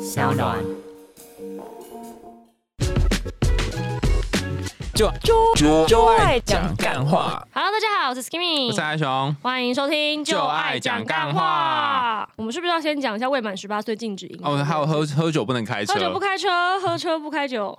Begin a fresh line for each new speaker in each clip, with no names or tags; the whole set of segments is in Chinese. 小暖。
就
就
就就爱
爱
讲
讲
干话。
Hello，大家好，我是
我是
Skimmy，
阿雄，哦
欢迎收听
就爱讲干话。
我们是不是要先讲一下未满十八岁禁止饮酒？
哦，还有喝喝酒不能开车，
嗯喝 酒不开车，喝车不开酒。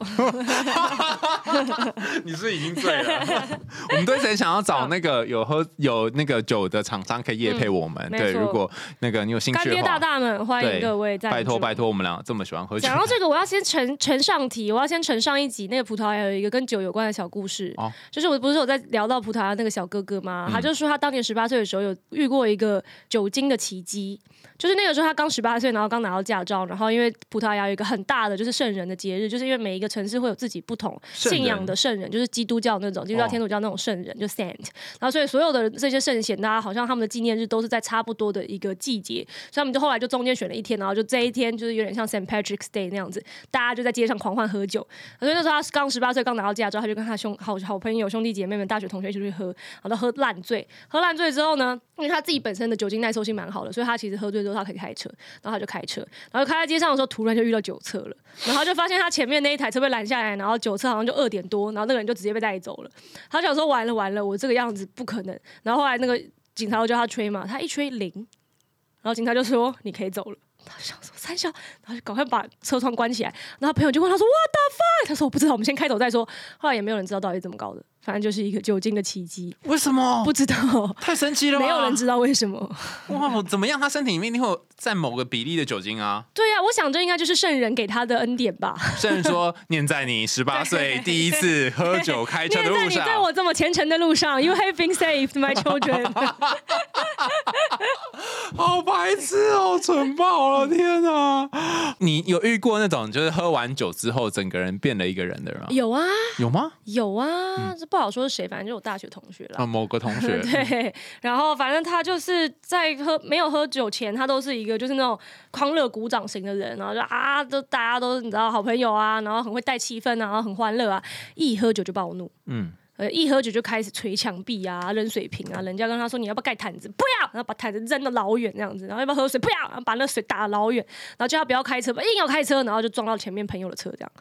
你是已经醉了。 我们都一直很想要找那个有喝有那个酒的厂商可以夜配我们。
没
对，
错
如果那个你有兴
干
趣的
爹
话，
大大们，欢迎
对
各位赞助
拜托拜。托，我们俩这么喜欢喝酒。
讲到这个，我要先承承上题，我要先承上一集那个葡萄牙有一个跟酒有关的小故事。
哦
就是我不是有在聊到葡萄牙那个小哥哥吗？他就说他当年十八岁的时候有遇过一个酒精的奇迹，就是那个时候他刚十八岁，然后刚拿到驾照，然后因为葡萄牙有一个很大的就是圣人的节日，就是因为每一个城市会有自己不同
圣人
信仰的圣人，就是基督教那种，基督教、
哦
天主教那种圣人，就 saint。然后所以所有的这些圣贤，大家好像他们的纪念日都是在差不多的一个季节，所以他们就后来就中间选了一天，然后就这一天就是有点像 Saint Patrick's Day 那样子，大家就在街上狂欢喝酒。所以那时候他刚十八岁，刚拿到驾照，他就跟他兄好好朋友、兄弟姐妹们、大学同学一起出去喝，然后都喝烂醉。喝烂醉之后呢，因为他自己本身的酒精耐受性蛮好的，所以他其实喝醉之后他可以开车，然后他就开车，然后开在街上的时候，突然就遇到酒测了，然后他就发现他前面那一台车被拦下来，然后酒测好像就二点多，然后那个人就直接被带走了。他想说完了完了，我这个样子不可能。然后后来那个警察就叫他吹嘛，他一吹零，然后警察就说你可以走了。他就想说三小，然后就赶快把车窗关起来。然后朋友就问他说 What the fuck？他说我不知道，我们先开走再说。后来也没有人知道到底怎么搞的，反正就是一个酒精的奇迹，
为什么
不？知道，
太神奇了吧！
没有人知道为什么。
哇，怎么样？他身体里面一定会有占某个比例的酒精啊。
对呀、我想这应该就是圣人给他的恩典吧。
甚至说，念在你十八 岁第一次喝酒开车
念
的
在
路
你
上，
对我这么虔诚的路上，You have been saved, my children。
好白痴哦，蠢爆了！天啊！你有遇过那种就是喝完酒之后整个人变了一个人的人吗？
有啊，
有吗？
有啊，这不好说是谁，反正就是我大学同学啦。
啊，某个同学，
对，然后反正他就是在喝没有喝酒前，他都是一个就是那种狂热鼓掌型的人，然后就啊，都大家都你知道好朋友啊，然后很会带气氛啊，然后很欢乐啊，一喝酒就暴怒。
嗯，
呃，一喝酒就开始捶墙壁啊，扔水瓶啊，人家跟他说你要不要盖毯子，不要，然后把毯子扔到老远这样子，然后要不要喝水，不要，然后把那水打老远，然后叫他不要开车，硬要开车，然后就撞到前面朋友的车这样。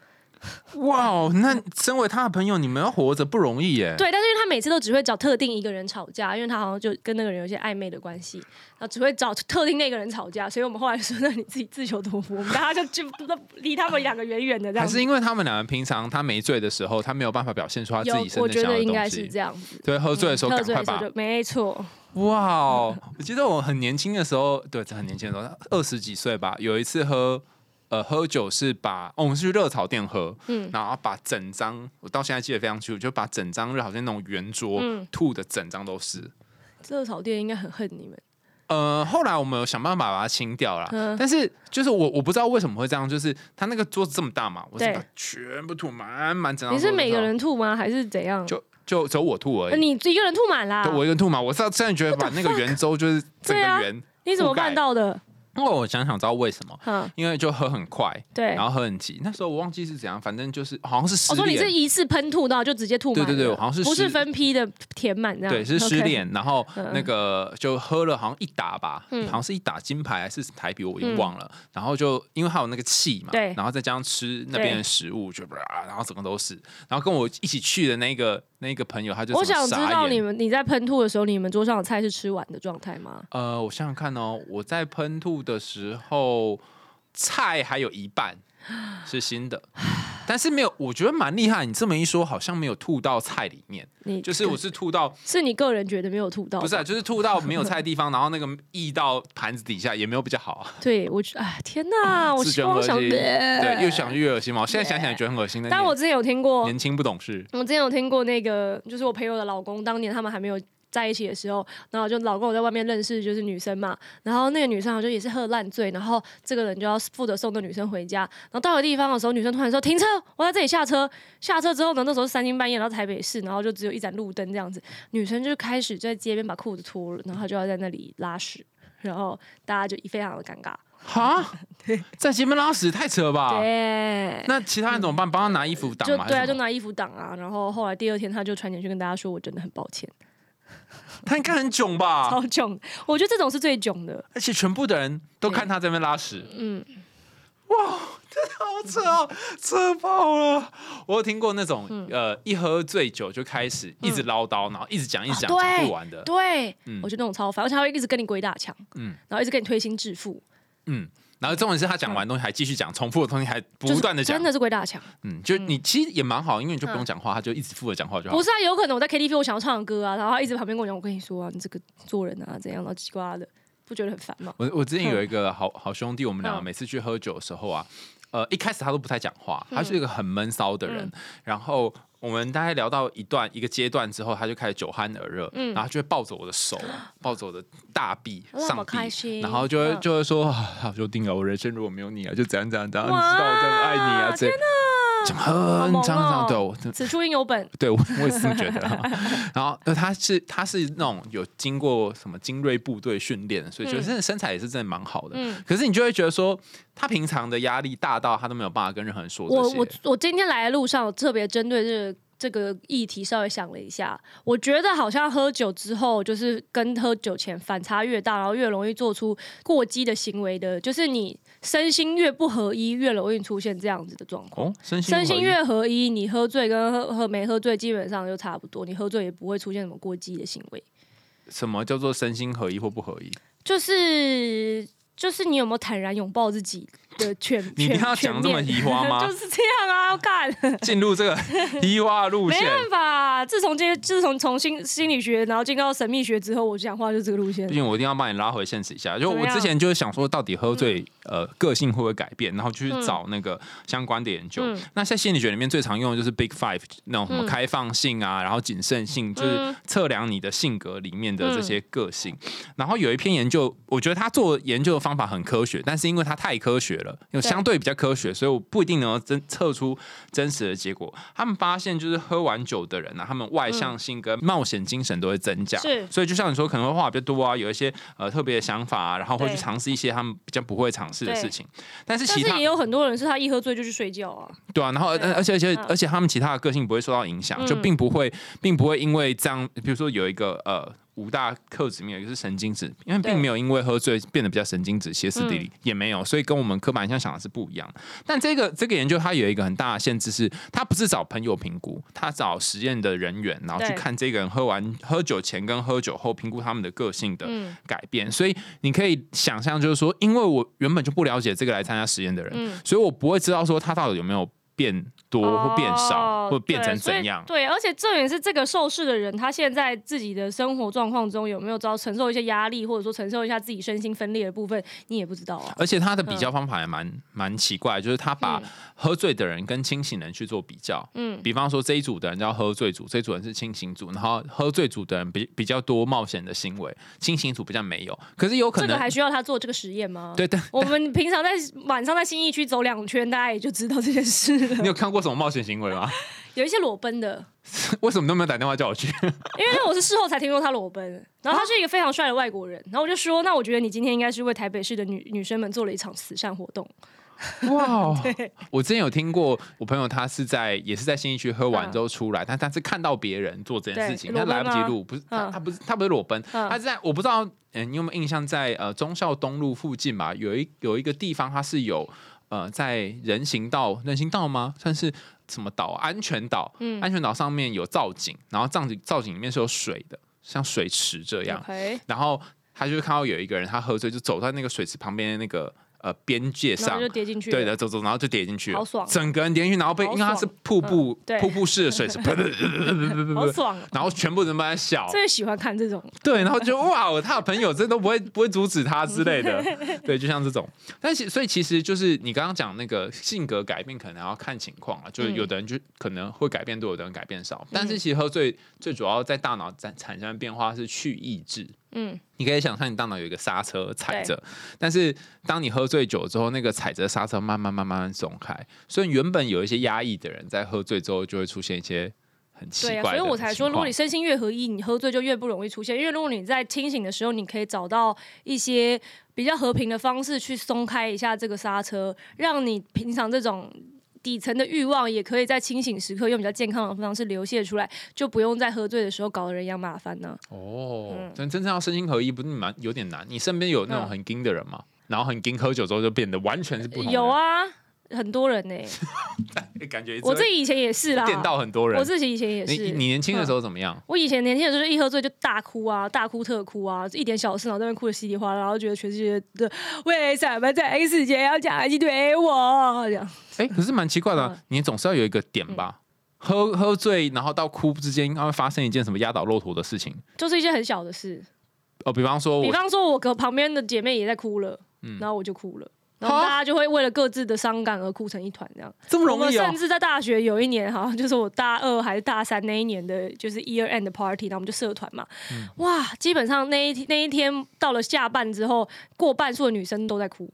哇哦，那身为他的朋友，你们要活着不容易耶。
对，但是因为他每次都只会找特定一个人吵架，因为他好像就跟那个人有一些暧昧的关系，然后只会找特定那个人吵架，所以我们后来说，那你自己自求多福，我们大家就就就离他们两个远远的这样
还
子
是。因为他们两个平常他没醉的时候，他没有办法表现出他自
有
己，身
我
体
觉
想要
得
的
应该
东
是
西
这。样子。
对，喝醉的时候
喝
赶
醉
快
的时候
把
就没错，
哇哦！我记得我很年轻的时候，对，很年轻的时候，二十几岁吧，有一次喝。呃，喝酒是把、哦我们是去热炒店喝，嗯，然后把整张，我到现在记得非常清楚，就把整张热炒店那种圆桌、
嗯
吐的整张都是。
热炒店应该很恨你们。
呃，后来我们有想办法把它清掉啦，
嗯
但是就是我我不知道为什么会这样，就是它那个桌子这么大嘛，我是
对
把全部吐满满整张桌
你
子
是
上。
每个人吐吗？还是怎样？
就就只有我吐而已，
呃你一个人吐满啦
对，我一个人吐嘛，我是真的觉得把那个圆周就是整个
对啊
圆，
你怎么办到的？
因为我想想知道为什么，
嗯，
因为就喝很快，
对
然。后喝很急。那时候我忘记是怎样，反正就是好像是失
我说你是
恋，
一次喷吐到就直接吐满了，
对对对好像是
不是
失
分批的填满这样？
对，是失
OK
恋。然后
嗯
那个就喝了好像一打吧，
嗯
好像是一打金牌还是台啤，我已
嗯
经忘了。然后就因为还有那个气嘛，
对
然后再加上吃那边的食物，就啊，然后整个都是。然后跟我一起去的那个那个朋友，他就
我
整
想
个
知
傻
道
眼
你们你在喷吐的时候，你们桌上的菜是吃完的状态吗？
呃，我想想看哦，我在喷吐的时候，菜还有一 半是新的，但是没有，我觉得蛮厉害。你这么一说，好像没有吐到菜里面，
你
就是我是吐到
是你个人觉得没有吐到吧，
不是、啊，就是吐到没有菜的地方，然后那个溢到盘子底下，也没有比较好啊。
对我觉哎天哪，我
是觉得很
光
恶心，
想
对，越想越恶心嘛。我现在想想也觉得很恶心，
但我
是
之前有听过，
年轻不懂事，
我之前有听过那个，就是我朋友的老公，当年他们还没有。在一起的时候，然后就老公我在外面认识就是女生嘛，然后那个女生好像也是喝烂醉，然后这个人就要负责送那女生回家，然后到了地方的时候，女生突然说停车，我在这里下车。下车之后呢，那时候是三更半夜，然后台北市，然后就只有一盏路灯这样子，女生就开始在街边把裤子脱了，然后就要在那里拉屎，然后大家就非常的尴尬。
哈， 在前面拉屎太扯了吧？
对，
那其他人怎么办？帮他拿衣服挡
就
吗？
对啊，
还啊是
就
什么
拿衣服挡啊，然后后来第二天他就传简讯跟大家说，我真的很抱歉。
他应该很囧吧？
超囧，我觉得这种是最囧的。
而且全部的人都看他在那边拉屎，
嗯，
哇，扯哦，扯爆了！我有听过那种、
嗯
呃，一喝醉酒就开始一直唠叨，然后一直讲一直讲、
啊
讲不完的。
对，
嗯
我觉得那种超烦，而且他会一直跟你鬼打墙，
嗯
然后一直跟你推心置腹，
嗯，然后重点是他讲完东西还继续讲，重复的东西还不断的
就是
讲
真。的是嗯鬼打墙。
嗯，就你其实也蛮好，因为你就不用讲话，他就一直负责讲话就好
不。是啊，有可能我在 KTV 我想要唱的歌啊，然后他一直旁边跟我讲，我跟你说啊，你这个做人啊怎样，然后叽呱的，不觉得很烦吗？
我我之前有一个好好兄弟，我们俩
嗯
每次去喝酒的时候啊，呃，一开始他都不太讲话，他是一个很闷骚的
嗯
人，然后。我们大概聊到一段一个阶段之后，他就开始酒酣耳热，然后他就会抱着我的手，抱着我的大臂、
嗯哇
上
好开
臂，
心
然后就会
嗯
就会说：“好兄弟啊，我人生如果没有你啊，就怎样怎样怎样，你
哇
知道我真的很爱你啊，这讲
好
很
猛
长很长，
哦
对我真
此处应有本，
对我我也是这么觉得、啊。然后，呃，他是他是那种有经过什么精锐部队训练的，所以就
嗯
真的身材也是真的蛮好的。
嗯
可是你就会觉得说，他平常的压力大到他都没有办法跟任何人说这
我
些。
我我今天来的路上，我特别针对这个这个议题稍微想了一下，我觉得好像喝酒之后，就是跟喝酒前反差越大，然后越容易做出过激的行为的，就是你身心越不合一，越容易出现这样子的状况。
哦，身心
身心
不合一
越合一，你喝醉跟喝喝没喝醉基本上就差不多，你喝醉也不会出现什么过激的行为。
什么叫做身心合一或不合一？
就是就是你有没有坦然拥抱自己的全？
你一定
全
要讲这么移花吗
就是这样啊，干。
进入这个 一蛙路
没啊
线，
办法，自从接自从从心心理学，然后进到神秘学之后，我讲话就这个路线
不。行，我一定要把你拉回现实一下。就
怎么
我之
样嗯
前就是想说，到底喝醉、呃个性会不会改变，然后就去找那个相关的研究。
嗯
那在心理学里面最常用的就是 Big Five 那种什么
嗯
开放性啊，然后谨慎性，就是测量你的性格里面的这些
嗯
个性。然后有一篇研究，我觉得他做研究的方法很科学，但是因为它太科学了，又
对
相对比较科学，所以我不一定能够真测出真实的结果。他们发现，就是喝完酒的人啊，他们外向性跟冒险精神都会增加。
嗯是
所以就像你说，可能会话比较多啊，有一些呃特别的想法、啊，然后会去
对
尝试一些他们比较不会尝试的事情。但是
但
其
是
他
也有很多人是他一喝醉就去睡觉啊，
对啊，然后
对
呃而且而且
嗯
而且他们其他的个性不会受到影响，
嗯
就并不会并不会因为这样，比如说有一个呃。五大特质里面有一个是神经质，因为
对嗯
并没有因为喝醉变得比较神经质、歇斯底里，也没有，所以跟我们刻板印象想的是不一样。但这个这个研究它有一个很大的限制是，它不是找朋友评估，它找实验的人员，然后去
对
看这个人喝完喝酒前跟喝酒后评估他们的个性的
嗯
改变。所以你可以想象，就是说，因为我原本就不了解这个来参加实验的人，
嗯
所以我不会知道说他到底有没有变多或变少
哦
或变成
对所以
怎样。
对，而且重点是这个受试的人，他现在自己的生活状况中有没有遭承受一些压力，或者说承受一下自己身心分裂的部分，你也不知道啊。
而且他的比较方法还蛮蛮、奇怪，就是他把
嗯
喝醉的人跟清醒人去做比较。
嗯，
比方说这一组的人叫喝醉组，这一组人是清醒组，然后喝醉组的人比比较多冒险的行为，清醒组比较没有。可是有可
这个
能
还需要他做这个实验吗？
对，但
我们平常在晚上在新义区走两圈，大家也就知道这件事了。
你有看过什么冒险行为吗？
有一些裸奔的，
为什么都没有打电话叫我去？
因为那我是事后才听说他裸奔，
啊
然后他是一个非常帅的外国人，然后我就说，那我觉得你今天应该是为台北市的女女生们做了一场慈善活动，
哇 哦！我之前有听过，我朋友他是在也是在新一区喝完之后出来，但他是看到别人做这件事情，
嗯对
他来不及录，
裸奔吗
不是他
嗯
他不是他不是裸奔，
嗯
他是在我不知道，嗯，你有没有印象在呃忠孝东路附近吧？有一有一个地方它是有呃在人行道人行道吗？算是。什么岛？安全岛。
嗯
安全岛上面有造景，然后造景造景里面是有水的，像水池这样。
OK，
然后他就看到有一个人，他喝醉就走在那个水池旁边的那个呃边界
然
上
后，就跌进去了，
对的，走走，然后就跌进去了，
好爽啊
整个人跌进去，然后被，因
好
为
爽
它是瀑布
嗯，对
瀑布式的 水池，噗噗噗
好
噗噗
爽啊，
然后全部人都在笑，
最喜欢看这种，
对，然后就哇，我他的朋友真的不会不会阻止他之类 的，对，就像这种，但是所以其实就是你刚刚讲那个性格改变，可能要看情况啊，就是
嗯
有的人就可能会改变多，有的人改变少，但是其实喝醉最主要在大脑产产生的变化是去抑制，
嗯，
你可以想象你大脑有一个刹车踩着，但是当你喝醉酒之后，那个踩着刹车慢慢慢慢慢松开，所以原本有一些压抑的人，在喝醉之后就会出现一些很奇
对
怪
啊，
的、
所以我才说，如果你身心越合一，你喝醉就越不容易出现，因为如果你在清醒的时候，你可以找到一些比较和平的方式去松开一下这个刹车，让你平常这种。底层的欲望也可以在清醒时刻用比较健康的方式流泻出来，就不用在喝醉的时候搞得人仰马翻呢、
哦，真真正要身心合一，不是蛮有点难。你身边有那种
嗯
很硬的人吗？然后很硬喝酒之后就变得完全是不同的人哎
有，啊，很多 人呢、
感觉
我自己以前也是啦，
电到很多人
我。自己以前也
你
是。嗯
你年轻的时候怎么样？
我以前年轻的时候，一喝醉就大哭啊，大哭特哭啊，一点小事然后在那边哭的稀里哗啦，然后觉得全世界的为什么在 X 节要讲一堆我这样？
哎、可是蛮奇怪的啊、
嗯
你总是要有一个点吧？喝喝醉，然后到哭之间，应该会发生一件什么压倒骆驼的事情？
就是一些很小的事，
哦，比方说
比
我，嗯
方说我隔旁边的姐妹也在哭了，然后我就哭了。然后大家就会为了各自的伤感而哭成一团，这样
这么
我
容
们
易哦
甚、至在大学有一年，好像 就是我大二还是大三那一年的，就是 year end 的 party，然后我们就社团嘛，
嗯
哇，基本上那一天那一天到了下半之后，过半数的女生都在哭，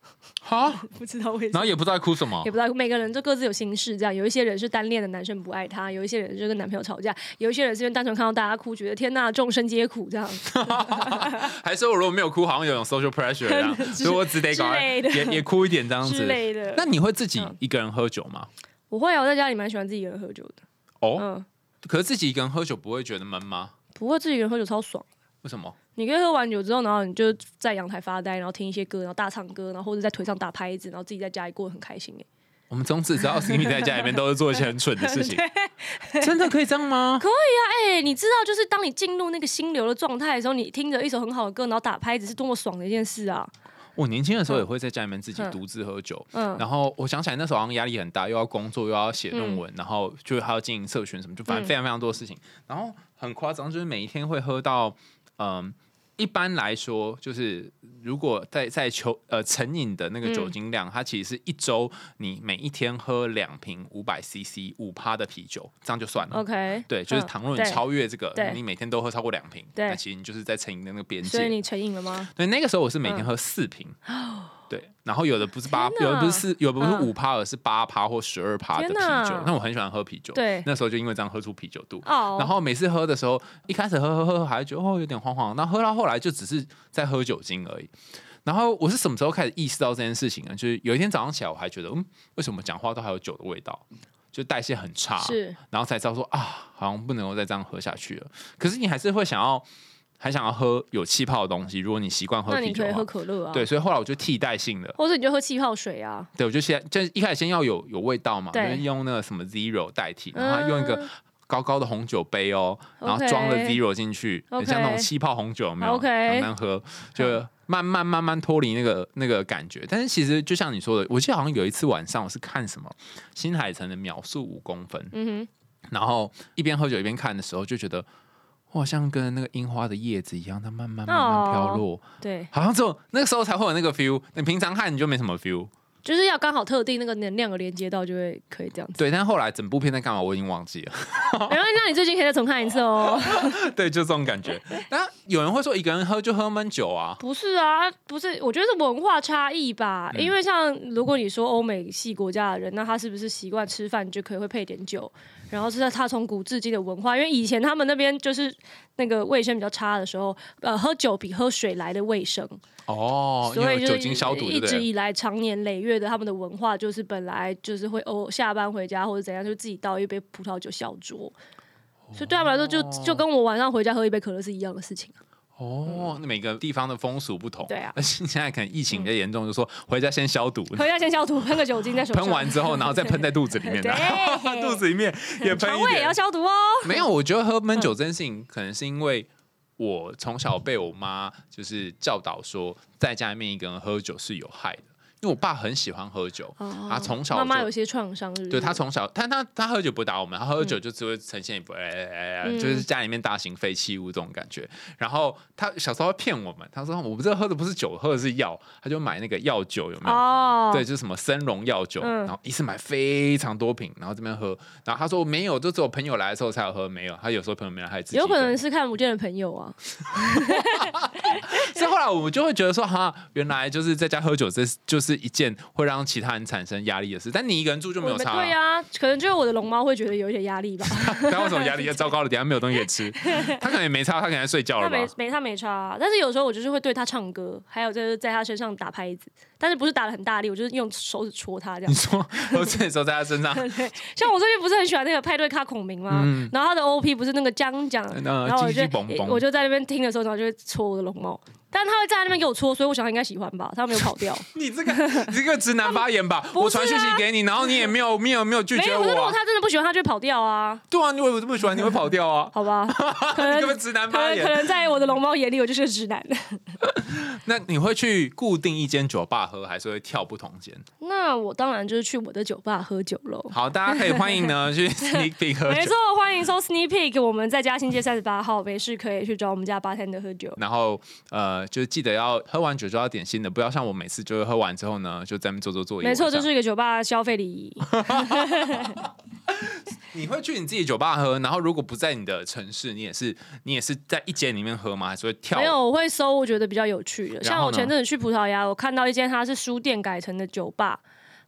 好，
不知道为什么
然。后也不知道在哭什么
也。不知道每个人就各自有心事，这样有一些人是单恋的男生不爱她，有一些人就跟男朋友吵架，有一些人是因为单纯看到大家哭，觉得天呐，众生皆苦这样。
还是我如果没有哭，好像有种 social pressure 一 样，
之
所以我只得赶快
之类的
也也哭一点这样
之
子
类的
那你会自己
嗯
一个人喝酒吗？
我会啊，我在家里蛮喜欢自己一个人喝酒的，
哦，
嗯，
可是自己一个人喝酒不会觉得闷吗？
不过自己一个人喝酒超爽。
为什么？
你可以喝完酒之后，然后你就在阳台发呆，然后听一些歌，然后大唱歌，然后或者在腿上打拍子，然后自己在家里过得很开心哎。
我们从此知道 Simi 在家里面都是做一些很蠢的事情，真的可以这样吗？
哎、你知道，就是当你进入那个心流的状态的时候，你听着一首很好的歌，然后打拍子是多么爽的一件事啊！
我年轻的时候也会在家里面自己独自喝酒，
嗯
然后我想起来那时候好像压力很大，又要工作，又要写论
嗯
文，然后就还要经营社群什么，就反正非常非常多的事情。然后很夸张，就是每一天会喝到，嗯，一般来说就是如果在在求呃成瘾的那个酒精量，它其实是一周你每一天喝两瓶五百 CC 五趴的啤酒，这样就算了。
OK，
对，就是
嗯
倘若你超越这个
对，
你每天都喝超过两瓶，
对
那其实你就是在成瘾的那个边
对所以
界。
你成瘾了吗？
对，那个时候我是每天喝四瓶，对，然后有的不是八，
嗯天哪
有的不是四，有的不是
嗯
五趴，而是八趴或十二趴的
天
啤
哪
酒。那我很喜欢喝啤酒，
对
那时候就因为这样喝出啤酒肚。
哦，
然后每次喝的时候，一开始喝喝喝喝，还会觉得哦有点慌慌，那喝到后来就只是在喝酒精而已。然后我是什么时候开始意识到这件事情呢？就是有一天早上起来，我还觉得嗯，为什么讲话都还有酒的味道，就代谢很差。
是
然后才知道说啊，好像不能够再这样喝下去了。可是你还是会想要，还想要喝有气泡的东西。如果你习惯啊喝
那
啤
你
酒
可以
的
喝
话，
可乐啊，
对，，所以后来我就替代性的，
或者你就喝气泡水啊，
对我就先就一开始先要有有味道嘛，就
对
是用那个什么 zero 代替，然后还用一个
嗯
高高的红酒杯哦，然后
OK
装了 zero 进去，很
OK
像那种气泡红酒，有没有
OK 嗯
很难喝，就慢慢慢慢脱离那个那个感觉。但是其实就像你说的，我记得好像有一次晚上我是看什么新海诚的秒速五公分，
嗯
然后一边喝酒一边看的时候，就觉得我好像跟那个樱花的叶子一样，它慢慢慢慢飘落，
哼，对，
好像只有那个时候才会有那个 feel。你平常看你就没什么 feel，
就是要刚好特定那个能量有连接到，就会可以 这样子。
对。但后来整部片在干嘛，我已经忘记了。
没关系，那你最近可以再重看一次哦。
对，就这种感 觉。那有人会说一个人喝就喝闷酒啊，
不是啊，不是，我觉得是文化差异吧。
嗯
因为像如果你说欧美系国家的人，那他是不是习惯吃饭就可以会配点酒？然后是在他从古至今的文化，因为以前他们那边就是那个卫生比较差的时候，呃，喝酒比喝水来的卫生，
哦，因
所
为有
以就
酒
是
精消毒，对
一
不
直
对？
以来长年累月的他们的文化就是本来就是会哦下班回家或者怎样，就自己倒一杯葡萄酒小酌。
哦
所以对他们来说就，就跟我晚上回家喝一杯可乐是一样的事情啊。
哦，那每个地方的风俗不同。
对啊
而且现在可能疫情比较严重，就说回家先消毒，
回家先消毒，喷个酒精在手上，
喷完之后，然后再喷在肚子里面，
对
肚子里面 也喷
肠
一
胃也
点
要。消毒哦。
没有，我觉得喝闷
嗯
酒这件事情，可能是因为我从小被我妈就是教导说，在家里面一个人喝酒是有害的。因为我爸很喜欢喝酒，他从小
妈哦妈
就
有些创伤，是不是？
对他从小，他他他喝酒不打我们，他喝酒就只会呈现一副哎哎哎
嗯
哎，就是家里面大型废弃物这种感觉。然后他小时候骗我们，他说我们这喝的不是酒，喝的是药，他就买那个药酒，有没有？
哦，
对，，就是什么生荣药酒，
嗯
然后一次买非常多瓶，然后这边喝，然后他说没有，就只有朋友来的时候才有喝，没有，他有时候朋友没来，他也自己
有可能
一
是看不见的朋友啊。
个人，所以后来我们就会觉得说，哈，原来就是在家喝酒，这是就是一件会让其他人产生压力的事，但你一个人住就没有
我们
差了，
对啊，可能就是我的龙猫会觉得有一点压 力吧。
但为什么压力要糟 糕了？等一下没有东西可以吃，他可能也没差，他可能在睡觉
他
了吧
没？没他没差啊、但是有时候我就是会对他唱歌，还有就是在他身上打拍子，但是不是打的很大力，我就是用手指戳他这样
你。 说喝醉的时候在他身上，
对，像我最近不是很喜欢那个派对咖孔明吗？然后他的 OP 不是那个江讲，
嗯那
然后我
叽
就
叽嘣嘣
我就在那边听的时候，然后就会戳我的龙猫，但他会站在那边给我戳，所以我想他应该喜欢吧，他没有跑掉。
你这个你这个直男发言吧？
不
我
是啊
传讯息给你，然后你也没有没有没有拒
没
绝
有，可是如
我
果
啊。
他真的不喜欢，他就会跑掉啊，
对啊，你我这么喜欢，你会跑掉啊？
好 吧？ 可能
你根本直男
可
发
能可
言。
能在我的龙猫眼里，我就是个直 男。
那你会去固定一间酒吧喝，还是会跳不同间？
那我当然就是去我的酒吧喝酒喽。
好，大家可以欢迎 呢去 sneak peek 喝
没
酒
错，，欢迎收 Sneak Peek，我们在嘉兴街三十八号，没事可以去找我们家 bartender 喝酒。
然后呃，就是记得要喝完酒就要点心的，不要像我每次就是喝完之后呢，就在那边做做作业。
没错，这是一个酒吧消费礼仪。
你会去你自己酒吧喝，然后如果不在你的城市，你也是你也是在一间里面喝吗？还是会跳？
没有，我会搜我觉得比较有趣的。
然
像
后
我
呢
前阵子去葡萄牙，我看到一间它是书店改成的酒吧，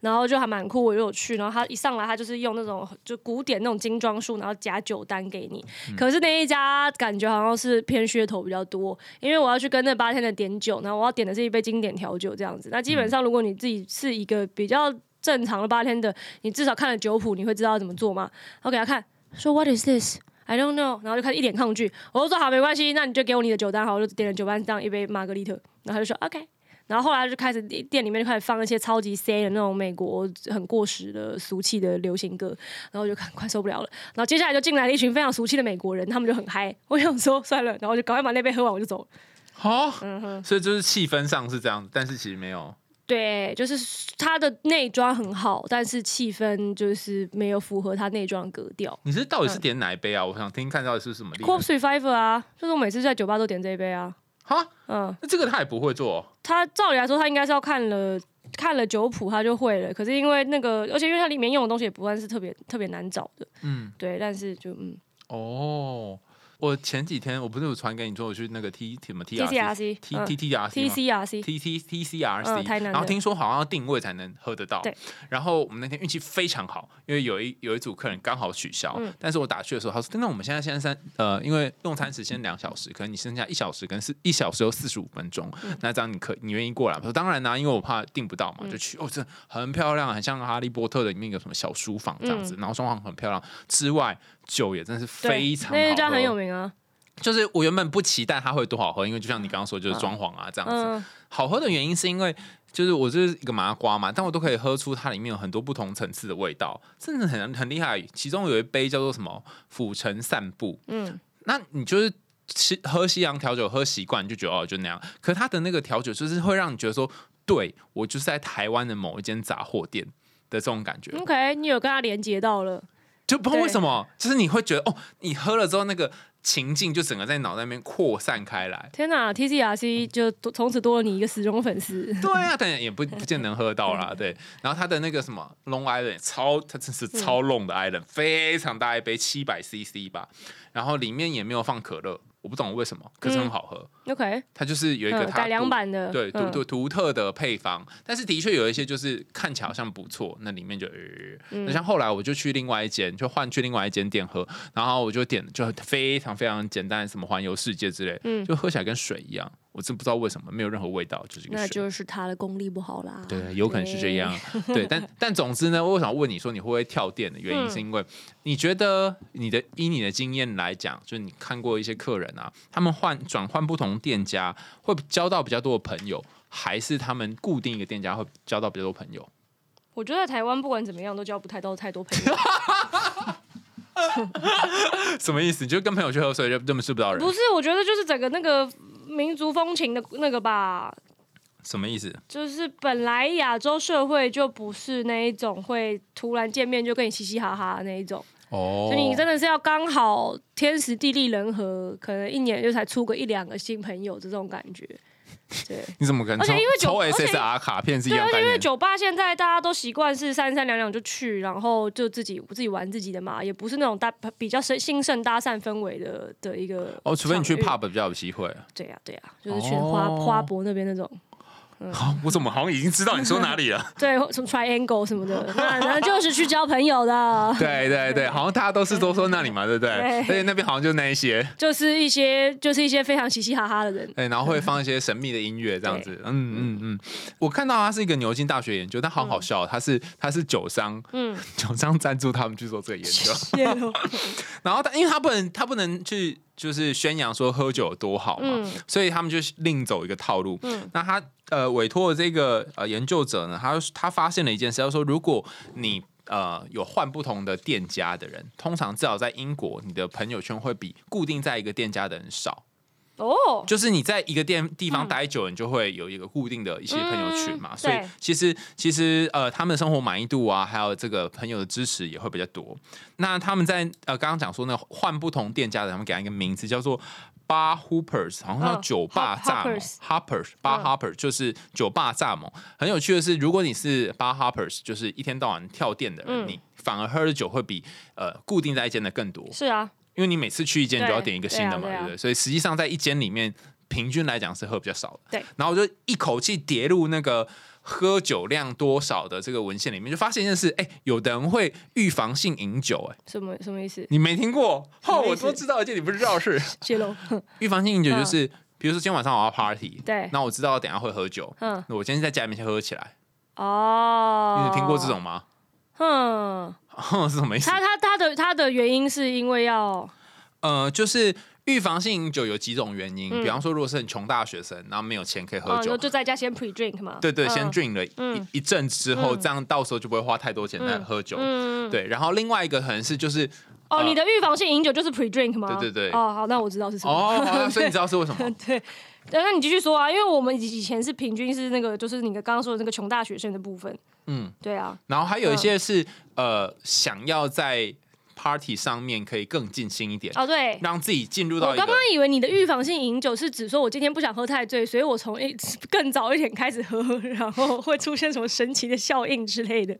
然后就还蛮酷，我就有去。然后它一上来，它就是用那种就古典那种精装书，然后夹酒单给你。
嗯
可是那一家感觉好像是偏噱头比较多，因为我要去跟那八天的点酒，然后我要点的是一杯经典调酒这样子。那基
嗯
本上如果你自己是一个比较正常的八天的，你至少看了酒谱，你会知道怎么做嘛。然后给他看，说 What is this？I don't know，然后就开始一脸抗拒。我就说好，没关系，那你就给我你的酒单好，我就点了酒单当一杯玛格丽特。然后他就说 OK，然后后来就开始店里面就开始放一些超级 C 的那种美国很过时的俗气的流行歌，然后我就看快受不了了。然后接下来就进来了一群非常俗气的美国人，他们就很嗨。我想说算了，然后我就赶快把那杯喝完，我就走了。
好、
嗯
所以就是气氛上是这样，但是其实没有。
对，就是他的内装很好，但是气氛就是没有符合他内装的格调。
你是到底是
嗯
点哪一杯啊？我想听看到底是什么例
Corpse
子。
Reviver 啊，就是我每次在酒吧都点这一杯啊，
哈，
嗯。
那这个他也不会做哦、
他照理来说，他应该是要看了看了酒谱，他就会了。可是因为那个，而且因为它里面用的东西也不算是特别特别难找的，
嗯，
对。但是就嗯
哦，我前几天我不是有传给你说我去那个 T 什么 T
，T C R C 嗯
T T T R C
T C R C，
啊 T T T C R
嗯
C，
台南的
然后听说好像要定位才能喝得到
对。
然后我们那天运气非常好，因为有一有一组客人刚好取消，
嗯
但是我打去的时候，他说：“那我们现在现在三呃，因为用餐时间两小时，可能你剩下一小时跟四一小时又四十五分钟，
嗯
那这样你可你愿意过来吗？”我说：“当然啦、啊因为我怕订不到嘛，就去。哦，真的很漂亮，很像哈利波特的里面有什么小书房这样子，然后装潢很漂亮，之外酒也真是非
嗯对，
常好
那一家
喝
很有名啊，
就是我原本不期待它会多好喝，因为就像你刚刚说，就是装潢啊这样子。
嗯，
好喝的原因是因为就是我就是一个麻瓜嘛，但我都可以喝出它里面有很多不同层次的味道，真的很很厉害。其中有一杯叫做什么“府城散步”，嗯
嗯，
那你就是。吃喝西洋调酒喝习惯你就觉得哦就那样，可它的那个调酒就是会让你觉得说，对我就是在台湾的某一间杂货店的这种感觉，
嗯 OK，你有跟他连接到了，
就不知道
对
为什么，就是你会觉得哦，你喝了之后那个情境就整个在脑袋里面扩散开来，
天哪，T C R C 就多从此多了你一个死忠粉丝，
对啊，但也不不见能喝到
嗯
啦。对，然后它的那个什么 Long Island 超，它真是超
嗯
long 的 Island，、非常大一杯，七百 CC 吧。然后里面也没有放可乐，我不懂为什么，可是很好喝。
OK，
它就是有一个
嗯，
它
改良
独
版的，
对独
嗯
独独特的配方，但是的确有一些就是看起来好像不错，那里面就、呃
嗯
那像后来我就去另外一间，就换去另外一间店喝，然后我就点就非常非常简单，什么环游世界之类，
嗯
就喝起来跟水一样，我真不知道为什么没有任何味道，就是一个
那
水。
就是他的功力不好啦，
对，有可能是这
啊对
样。对，但但总之呢，我想问你说你会不会跳电的原
嗯
因，是因为你觉得你的以你的经验来讲，就是你看过一些客人啊，他们换转换不同店家，会交到比较多的朋友，还是他们固定一个店家会交到比较多朋友？
我觉得台湾不管怎么样都交不太到太多朋 友，
什么意思？你就跟朋友去喝水就根本吃不到人
不？是，我觉得就是整个那个民族风情的那个吧，
什么意思？
就是本来亚洲社会就不是那一种会突然见面就跟你嘻嘻哈哈的那一种，
哦
所以你真的是要刚好天时地利人和，可能一年就才出个一两个新朋友这种感觉。对，
你怎么可能
而且
抽
因为酒
抽
而且
SSR 卡片 是一
对，
样
而
概
且因为
念？
酒吧现在大家都习惯是三三两两就去，然后就自己自己玩自己的嘛，也不是那种搭比较兴兴盛搭讪氛围的的一个
哦，除非你去
场域啊
pub 比较有机会。
对呀、对呀、就是去花、
哦
花博那边那种。
好，哦我怎么好像已经知道你说哪里了？
对，什么 triangle 什么的，那那就是去交朋友 的，
对对对，好像大家都是都说那里嘛，对不对？
对
而且那边好像就那一 些，
就是一些就是一些非常嘻嘻哈哈的人。
哎，然后会放一些神秘的音乐这样子，嗯嗯嗯。我看到他是一个牛津大学研究，但好好笑，他是他是酒商，
嗯，
酒商赞助他们去做这个研究，
谢喽
然后他因为他不能他不能去就是宣扬说喝酒有多好嘛，
嗯
所以他们就另走一个套路。
嗯
那他呃委托的这个呃研究者呢，他他发现了一件事，他说如果你呃有换不同的店家的人，通常至少在英国，你的朋友圈会比固定在一个店家的人少。
哦，
就是你在一个店地方待久了，你就会有一个固定的一些朋友群嘛，
嗯
所以
对
其实其实呃，他们的生活满意度啊，还有这个朋友的支持也会比较多。那他们在呃刚刚讲说呢，换不同店家的，他们给他一个名字叫做。巴 Hoopers，好像叫
嗯
酒吧
，Hop-
蚱蜢
Hoppers
，Hoppers，巴
嗯
Hopper 就是酒吧蚱蜢。很有趣的是，如果你是巴 Hoppers，就是一天到晚跳店的人，
嗯
你反而喝的酒会比呃固定在一间的更多。
是啊，
因为你每次去一间，你就要
对
点一个新的嘛，
对啊
对不
对
对？所以实际上在一间里面，平均来讲是喝比较少的。
对，
然后我就一口气跌入那个喝酒量多少的这个文献里面，就发现一件事：哎、有的人会预防性饮酒、哎，
什么什么意思？
你没听过？
么
哦，
意思
我都知道一件你不知道的 事。
谢喽，
预防性饮酒就是，比如说今天晚上我要 party，
对
那我知道等一下会喝酒，
嗯，
那我今天在家里面先喝起来。
哦，
你有听过这？种吗？ 哦
嗯，
是什么意思？
他他他的他的原因是因为要
呃，就是预防性饮酒有几种原因，
嗯
比方说如果是很穷大学生，然后没有钱可以喝
哦，
酒，
就在家先 pre drink 嘛。
对对，先
嗯
drink 了一、
嗯
一阵之后，
嗯
这样到时候就不会花太多钱在
嗯
喝酒。
嗯，
对，然后另外一个可能是就是
哦，
呃
你的预防性饮酒就是 pre drink 吗？
对对对
哦，好，那我知道是什么。
哦，好所以你知道是为什么？
对，对，那你继续说啊，因为我们以以前是平均是那个，就是你刚刚说的那个穷大学生的部分。
嗯，
对啊，
然后还有一些是、呃，想要在 party 上面可以更尽兴一点，
哦对。
让自己进入
我
到一个
刚刚以为你的预防性饮酒是指说我今天不想喝太醉，所以我从一 更早一点开始喝，然后会出现什么神奇的效应之 类的。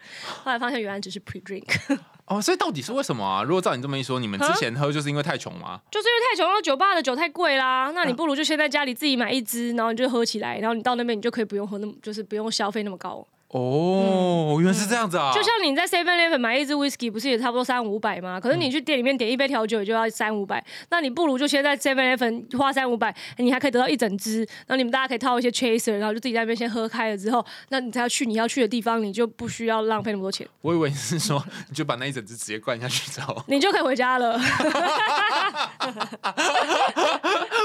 后来发现原来只是 pre drink，
哦，所以到底是为什么啊？如果照你这么一说，你们之
啊
前喝就是因为太穷吗？
就是因为太穷，然后酒吧的酒太贵啦，那
嗯
你不如就先在家里自己买一支，然后你就喝起来，然后你到那边你就可以不用喝那么，就是不用消费那么高。
哦，原来是这样子啊！
嗯就像你在 Seven Eleven 买一支 whisky，不是也差不多三五百吗？可是你
嗯
去店里面点一杯调酒也就要三五百，那你不如就先在 Seven Eleven 花三五百，你还可以得到一整支，然后你们大家可以套一些 chaser，然后就自己在那边先喝开了之后，那你才要去你要去的地方，你就不需要浪费那么多钱，
我以为你是说你就把那一整只直接灌下去之后，
你就可以回家了。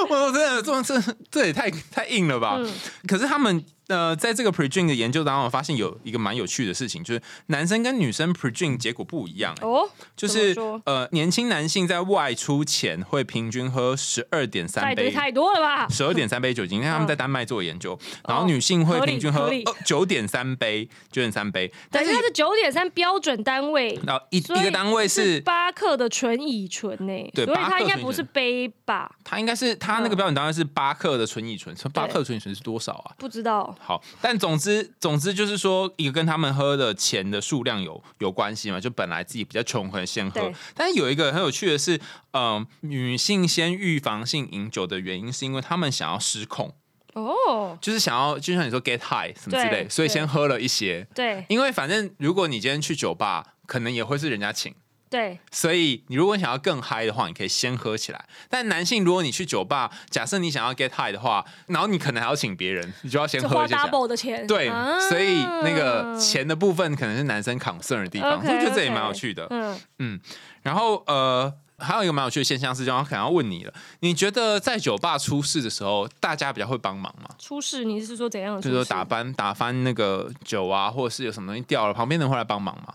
我真的这这这也太太硬了吧？
嗯
可是他们呃，在这个 pre drink 的研究当中，我发现有一个蛮有趣的事情，就是男生跟女生 pre drink 结果不一样、欸
哦，
就
怎么
是
说
呃，年轻男性在外出前会平均喝十二点
太
三
多
杯。
太多了吧？
十二点三杯酒精，因为他们在丹麦做研究， 然后女性会平均
哦合
喝
理合
九点三杯，九点三杯，但
但
是
是它是九点三标准单位，
然后一
所以
一个单位
是
是，
巴克的纯乙醇呢，
对
所以
巴
它
克
应该
纯乙
不是
醇
杯吧？
它应该是它
嗯
那个标准当然是巴克的纯乙醇，说巴克的纯乙醇是多少啊？
不知道，
好，但总之总之就是说，一个跟他们喝的钱的数量有有关系嘛，就本来自己比较穷，可能先喝
对。
但是有一个很有趣的是，嗯、女性先预防性饮酒的原因，是因为她们想要失控，
哦，
就是想要就像你说 get high 什么之类，
对
所以
对
先喝了一些。
对
因为反正如果你今天去酒吧，可能也会是人家请。
对，
所以你如果想要更嗨的话，你可以先喝起来。但男性，如果你去酒吧，假设你想要 get high 的话，然后你可能还要请别人，你就要先
就
喝
花
一些起来。
double 的钱，
对，
啊
所以那个钱的部分可能是男生 concern 的地方，
OK，
所以我觉得这也
OK
蛮有趣的。
嗯，
然后呃，还有一个蛮有趣的现象是，我可能要问你了，你觉得在酒吧出事的时候，大家比较会帮忙吗？
出事你是说怎样的
就
出
是说
事？
打翻打翻那个酒啊，或者是有什么东西掉了，旁边的人会来帮忙吗？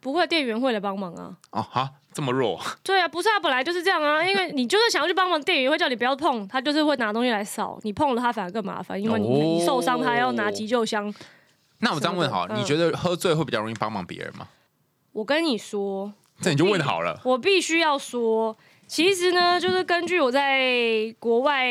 不会，店员会来帮忙啊。
哦，哈，这么弱，
对啊，不是啊，本来就是这样啊。因为你就是想要去帮忙，店员会叫你不要碰，他就是会拿东西来扫，你碰了他反而更麻烦，因为你
哦
你受伤他要拿急救箱。
那我这样问好了，
嗯
你觉得喝醉会比较容易帮忙别人吗？
我跟你说，
这你就问好 了。
我必须要说，其实呢，就是根据我在国外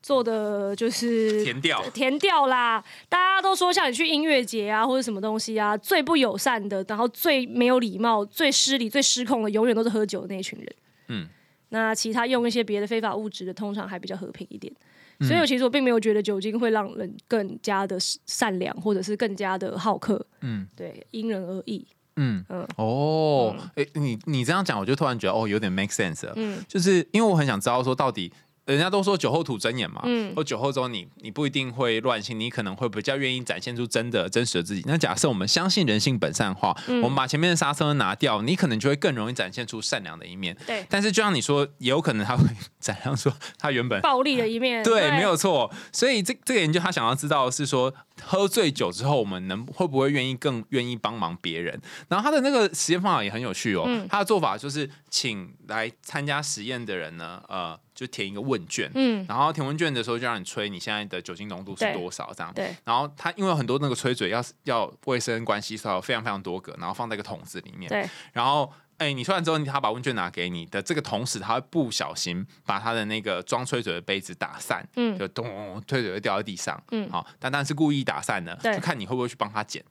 做的，就是
填掉
填掉啦。大家都说像你去音乐节啊，或者什么东西啊，最不友善的，然后最没有礼貌、最失礼、最失控的，永远都是喝酒的那一群人。
嗯
嗯，那其他用一些别的非法物质的，通常还比较和平一点。所以我其实我并没有觉得酒精会让人更加的善良，或者是更加的好客。
嗯
对，因人而异。
嗯
嗯
哦，哎、你你这样讲，我就突然觉得哦，有点 make sense 了。
嗯
就是因为我很想知道说到底。人家都说酒后吐真言嘛，
嗯
或酒后之后你你不一定会乱性，你可能会比较愿意展现出真的真实的自己。那假设我们相信人性本善的话，
嗯
我们把前面的刹车拿掉，你可能就会更容易展现出善良的一面。
对
但是就像你说，也有可能他会 展现出他原本
暴力的一面，
对，没有错。所以这这个研究他想要知道的是说，喝醉酒之后我们能会不会愿意更愿意帮忙别人？然后他的那个实验方法也很有趣哦。
嗯
他的做法就是请来参加实验的人呢，呃，就填一个问卷。
嗯，
然后填问卷的时候，就让你吹你现在的酒精浓度是
对
多少这样。
对，
然后他因为有很多那个吹嘴要要卫生关系，所以有非常非常多个，然后放在一个桶子里面。
对，
然后，哎、你吹完之后，他把问卷拿给你的这个同时，他会不小心把他的那个装吹嘴的杯子打散，
嗯
就咚，吹嘴会掉在地上，
嗯
好，但但是故意打散的，
对
就看你会不会去帮他捡。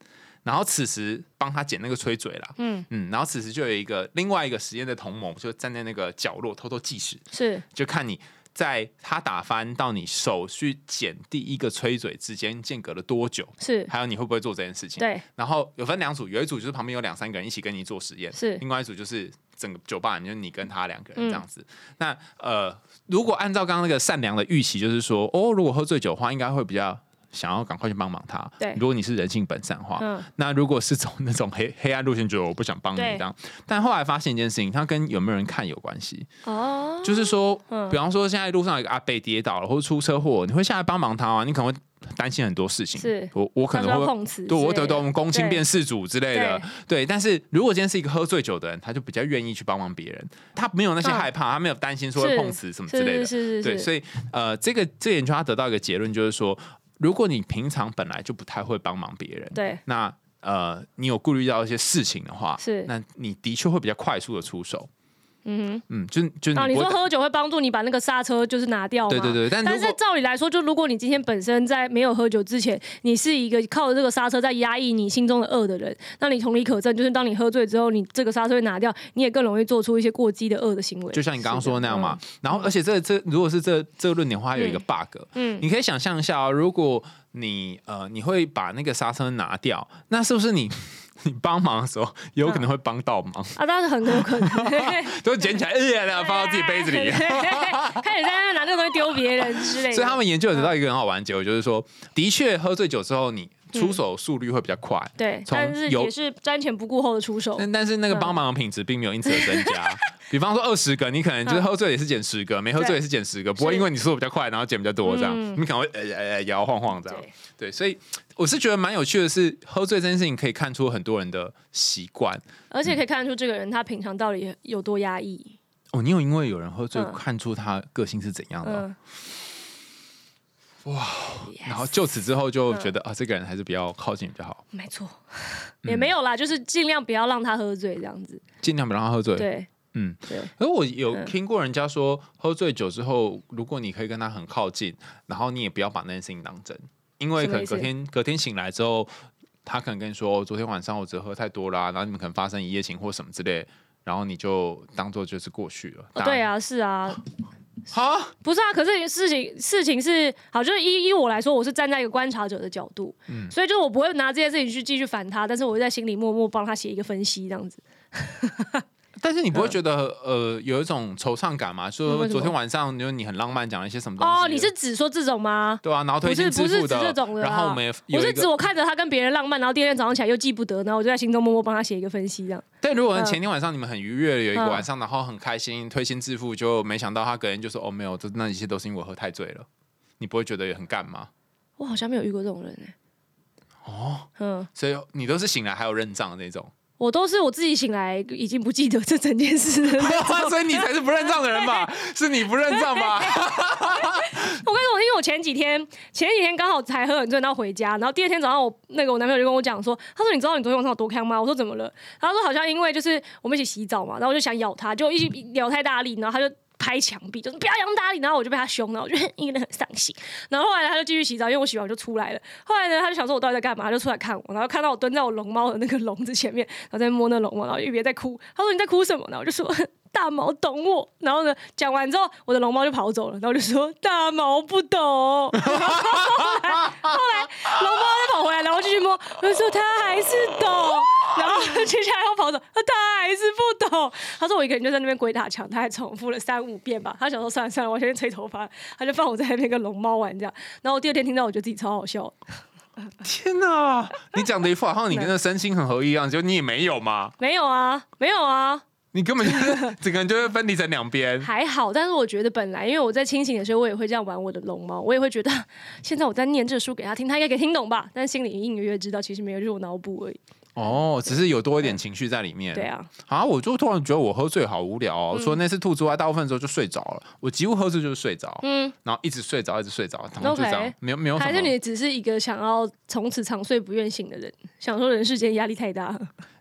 然后此时帮他捡那个吹嘴啦，
嗯，
嗯，然后此时就有一个另外一个实验的同盟，就站在那个角落偷偷计时，
是
就看你在他打翻到你手去捡第一个吹嘴之间间隔了多久，
是，
还有你会不会做这件事情。
对，
然后有分两组，有一组就是旁边有两三个人一起跟你做实验，
是
另外一组就是整个酒吧，就是你跟他两个
嗯
人这样子。那呃，如果按照刚刚那个善良的预期，就是说，哦，如果喝醉酒的话，应该会比较想要赶快去帮忙他。
对
如果你是人性本善的话，
嗯
那如果是走那种黑黑暗路线，觉得我不想帮你
对
这样。但后来发现一件事情，它跟有没有人看有关系，
哦，
就是说，
嗯
比方说现在路上有一个阿贝跌倒了或者出车祸，你会下来帮忙他吗？你可能会担心很多事情。
是
我我可
他
能
说
会
要碰瓷之
对
类的，
我得懂公亲
对
变事主之类的，对。但是如果今天是一个喝醉酒的人，他就比较愿意去帮忙别人，他没有那些
嗯
害怕，他没有担心说会
是
碰瓷什么之类
是
的。
是是
对，
是是，
所以呃，这个这个研究他得到一个结论，就是说，如果你平常本来就不太会帮忙别人，
对，
那呃，你有顾虑到一些事情的话，
是
那你的确会比较快速的出手。
嗯
嗯，就就
哼，啊，
你
你
不
说
会。
喝酒会帮助你把那个刹车就是拿掉吗？
对对对，但
但
如
是
果
照理来说，就如果你今天本身在没有喝酒之前，你是一个靠着这个刹车在压抑你心中的恶的人，那你同理可证，就是当你喝醉之后，你这个刹车会拿掉，你也更容易做出一些过激的恶的行为。
就像你刚刚
是的
说的那样嘛，，然后而且这这如果是这这个论点的话，有一个 bug，
嗯嗯
你可以想象一下、哦，如果你呃你会把那个刹车拿掉，那是不是你 你帮忙的时候有可能会帮到 忙，
啊，当然很有 可能
都捡起来，哎呀，放到自己杯子 里。
开始在那边拿那个东西丢别人之类的。
啊所以他们研究有得到一个很好玩的结果，就是说，的确喝醉酒之后，你出手速率会比较快，
对，
从
但是
有
也是瞻前不顾后的出手。
但但是那个帮忙的品质并没有因此而增
嗯
加。比方说二十个，你可能就是喝醉也是减十个，没喝醉也是减十个，不会因为你速度比较快，然后减比较多这样，
嗯
你可能会呃呃呃摇摇晃晃这样。
对，
对，所以我是觉得蛮有趣的是，喝醉这件事情可以看出很多人的习惯。
而且可以看得出这个人他平常到底有多压抑。
哦，你有因为有人喝醉
嗯
看出他个性是怎样的哦，
嗯，哇
然后就此之后就
嗯
觉得、啊，这个人还是比较靠近比较好，
没错，
嗯
也没有啦，就是尽量不要让他喝醉这样子。
尽量不让他喝醉。
对，嗯
嗯
对，
可是我有听过人家说，喝醉酒之后，如果你可以跟他很靠近，然后你也不要把那件事情当真，因为
什
可
么
能
意思
隔天隔天醒来之后，他可能跟你说，哦昨天晚上我只喝太多啦、然后你们可能发生一夜情或什么之类，然后你就当做就是过去了。
哦对
啊，
啊，是啊，
好。
不是啊，可是事情事情是好，就是依依我来说，我是站在一个观察者的角度，
嗯
所以就是我不会拿这件事情去继续烦他，但是我会在心里默默帮他写一个分析，这样子。
但是你不会觉得、呃有一种惆怅感吗？
嗯嗯为
说
什么
昨天晚上就是你很浪漫，讲了一些什么东西？
哦，你是指说这种吗？
对啊，然后推荐
不是
支
不是
付的，
指这种的啊
然后我们也有
我
一
是指
个。
我看着他跟别人浪漫，然后第二天早上起来又记不得，然后我就在心中默默帮他写一个分析，这样。
但如果
嗯
前天晚上你们很愉悦，有一个
嗯
晚上，然后很开心，推心置腹，就没想到他个人就说哦没有，这那一切都是因为我喝太醉了。你不会觉得也很干吗？
我好像没有遇过这种人哎、哦，嗯，
所以你都是醒来还有认账的那种，
我都是我自己醒来已经不记得这整件事 了。
所以你才是不认账的人 吧？是你不认账吧？
我跟你说，因为我前几天前几天刚好才喝很醉，然后回家，然后第二天早上我那个我男朋友就跟我讲说，他说你知道你昨天晚上有多康吗？我说怎么了？他说好像因为就是我们一起洗澡嘛，然后我就想咬他，就一起咬太大力，然后他就。拍墙壁就是不要扬大力，然后我就被他凶，然后我就 因为很伤心。然后后来他就继续洗澡，因为我洗完我就出来了。后来呢，他就想说我到底在干嘛，他就出来看我，然后看到我蹲在我龙猫的那个笼子前面，然后在摸那龙猫，然后一边在哭。他说你在哭什么呢？我就说 大毛懂我。然后呢，讲完之后，我的龙猫就跑走了，然后我就说大毛不懂。 然后后来后来龙猫又跑回来，然后继续摸，我就说他还是懂。然后接下来又跑走，他还是不懂。他说我一个人就在那边鬼打墙，他还重复了三五遍吧。他想说算了算了，我先去吹头发，他就放我在那边跟龙猫玩这样。然后我第二天听到，我觉得自己超好笑。
天哪！你讲的一副好像你 跟那身心很合一样，就你也没有嘛，
没有啊，没有啊，
你根本就是整个人就会分离成两边。
还好，但是我觉得本来因为我在清醒的时候，我也会这样玩我的龙猫，我也会觉得现在我在念这书给他听，他应该可以听懂吧？但心里隐隐约约知道，其实没有，就是我脑补而已。
哦，只是有多一点情绪在里面。
对啊，嗯
啊，我就突然觉得我喝醉好无聊哦。除了那次吐之外，大部分时候就睡着了。我几乎喝醉就是睡着，
嗯，
然后一直睡着，一直睡着，然后就这样
OK，
没有没有什
还是
么。
你只是一个想要从此长睡不愿醒的人，想说人世间压力太大。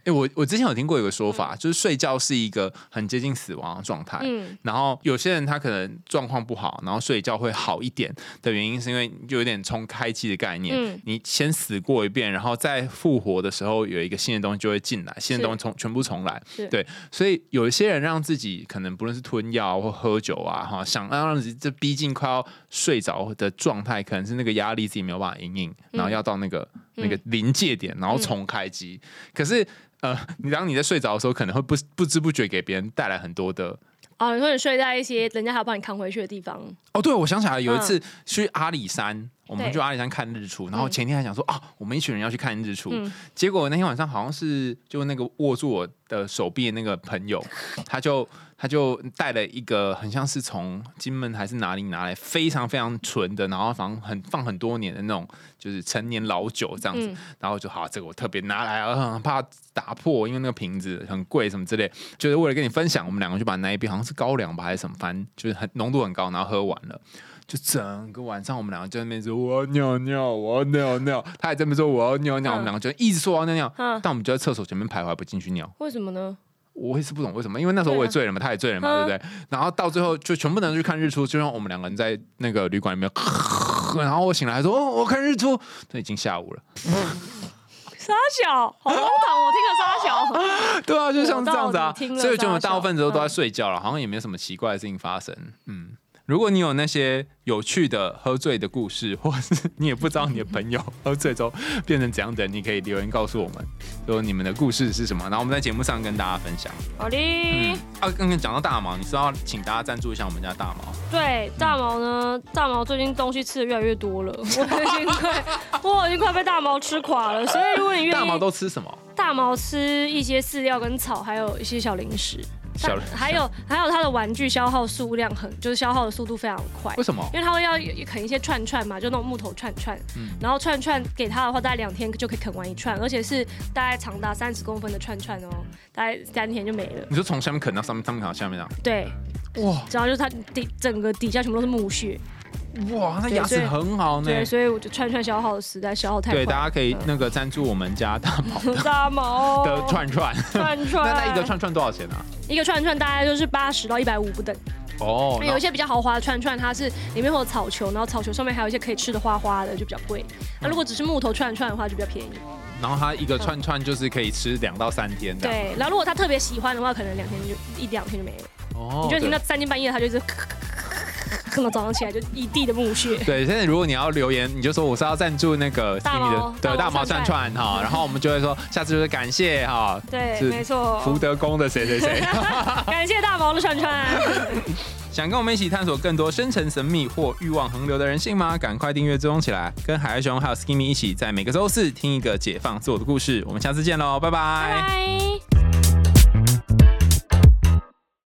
哎，我我之前有听过一个说法，就是睡觉是一个很接近死亡的状态。
嗯，
然后有些人他可能状况不好，然后睡一觉会好一点的原因，是因为就有点冲开机的概念，
嗯
你先死过一遍，然后再复活的时候有一个新的东西就会进来，新的东西重全部重来
是，
对，所以有一些人让自己可能不论是吞药或喝酒啊，哈，想要让自己这逼近快要睡着的状态，可能是那个压力自己没有办法应应，
嗯
然后要到那个、那个临界点，然后重开机，可是。呃，你当你在睡着的时候，可能会不不知不觉给别人带来很多的
哦，你说你睡在一些人家还要帮你扛回去的地方，
哦，对，我想起来有一次去阿里山，我们
嗯对
去阿里山看日出，然后前天还想说、啊，我们一群人要去看日出，
嗯
结果那天晚上好像是就那个握住我的手臂的那个朋友，他就他就带了一个很像是从金门还是哪里拿来非常非常纯的，然后放很放很多年的那种就是陈年老酒这样子，
嗯
然后就好、这个我特别拿来，啊很怕打破，因为那个瓶子很贵什么之类，就是为了跟你分享，我们两个就把那一杯好像是高粱吧还是什么，反正就是很浓度很高，然后喝完了。就整个晚上，我们两个就在那边说我要尿尿，我要尿尿，他还在那边说我要尿尿，
嗯
我们两个就一直说我要尿尿，
嗯
但我们就在厕所前面徘徊不进去尿。
为什么呢？
我也是不懂为什么，因为那
啊
时候我也醉了嘛，他也醉了嘛，
嗯
对不对？然后到最后就全部人去看日出，就像我们两个人在那个旅馆里面， 然后我醒来说：“哦，我看日出。”这已经下午了。
沙小，好荒唐！哦我听了沙小，
对啊，就像这样子
嗯我
啊，
到底听了
所以我觉得我大部分时候都在
嗯
睡觉了，好像也没什么奇怪的事情发生。嗯，如果你有那些有趣的喝醉的故事，或是你也不知道你的朋友 喝醉之后变成怎样的人，你可以留言告诉我们，说你们的故事是什么，然后我们在节目上跟大家分享。
好的。
嗯，啊，刚刚讲到大毛，你是要请大家赞助一下我们家大毛。
对，大毛呢？大毛最近东西吃的越来越多了， 我已经快，我已经快被大毛吃垮了。所以如果你愿意，
大毛都吃什么？
大毛吃一些饲料跟草，还有一些小零食，
小
但还有还有它的玩具消耗数量很，就是消耗的速度非常快
为。什么？
因为它会要呃啃一些串串嘛，就那种木头串串，
嗯
然后串串给它的话，大概两天就可以啃完一串，而且是大概长达三十公分的串串哦，大概三天就没了。
你就从下面啃到上面，上面啃到下面这
对，
样。哇
然后就是它底整个底下全部都是木屑，
哇，那
对
牙齿
所以
很好呢。
对，所以我就串串消耗实在消耗太快
对，
了。
大家可以那个赞助我们家大 毛
大毛
的串串。
串串，
那那一个串串多少钱啊？
一个串串大概就是八十到一百五不等。
哦，
那
那
有一些比较豪华的串串，它是里面会有草球，然后草球上面还有一些可以吃的花花的，就比较贵。那如果只是木头串串的话，就比较便宜。
然后它一个串串就是可以吃两到三天的。
对，然后如果他特别喜欢的话，可能两天就一两天就没了。
哦
你就听到三更半夜，他就是咳咳咳咳，到早上起来就一地的木屑。
对，现在如果你要留言，你就说我是要赞助那个
大
Timmy
毛
的对
大
大
毛
毛
串
串串哈，然后我们就会说下次就是感谢哈，
对，
是
没错。
福德宫的谁谁谁。
感谢大毛的串串。
想跟我们一起探索更多深沉神秘或欲望横流的人性吗？赶快订阅追踪起来，跟海爱熊还有 Skimmy 一起在每个周四听一个解放自我的故事。我们下次见喽，拜拜
拜。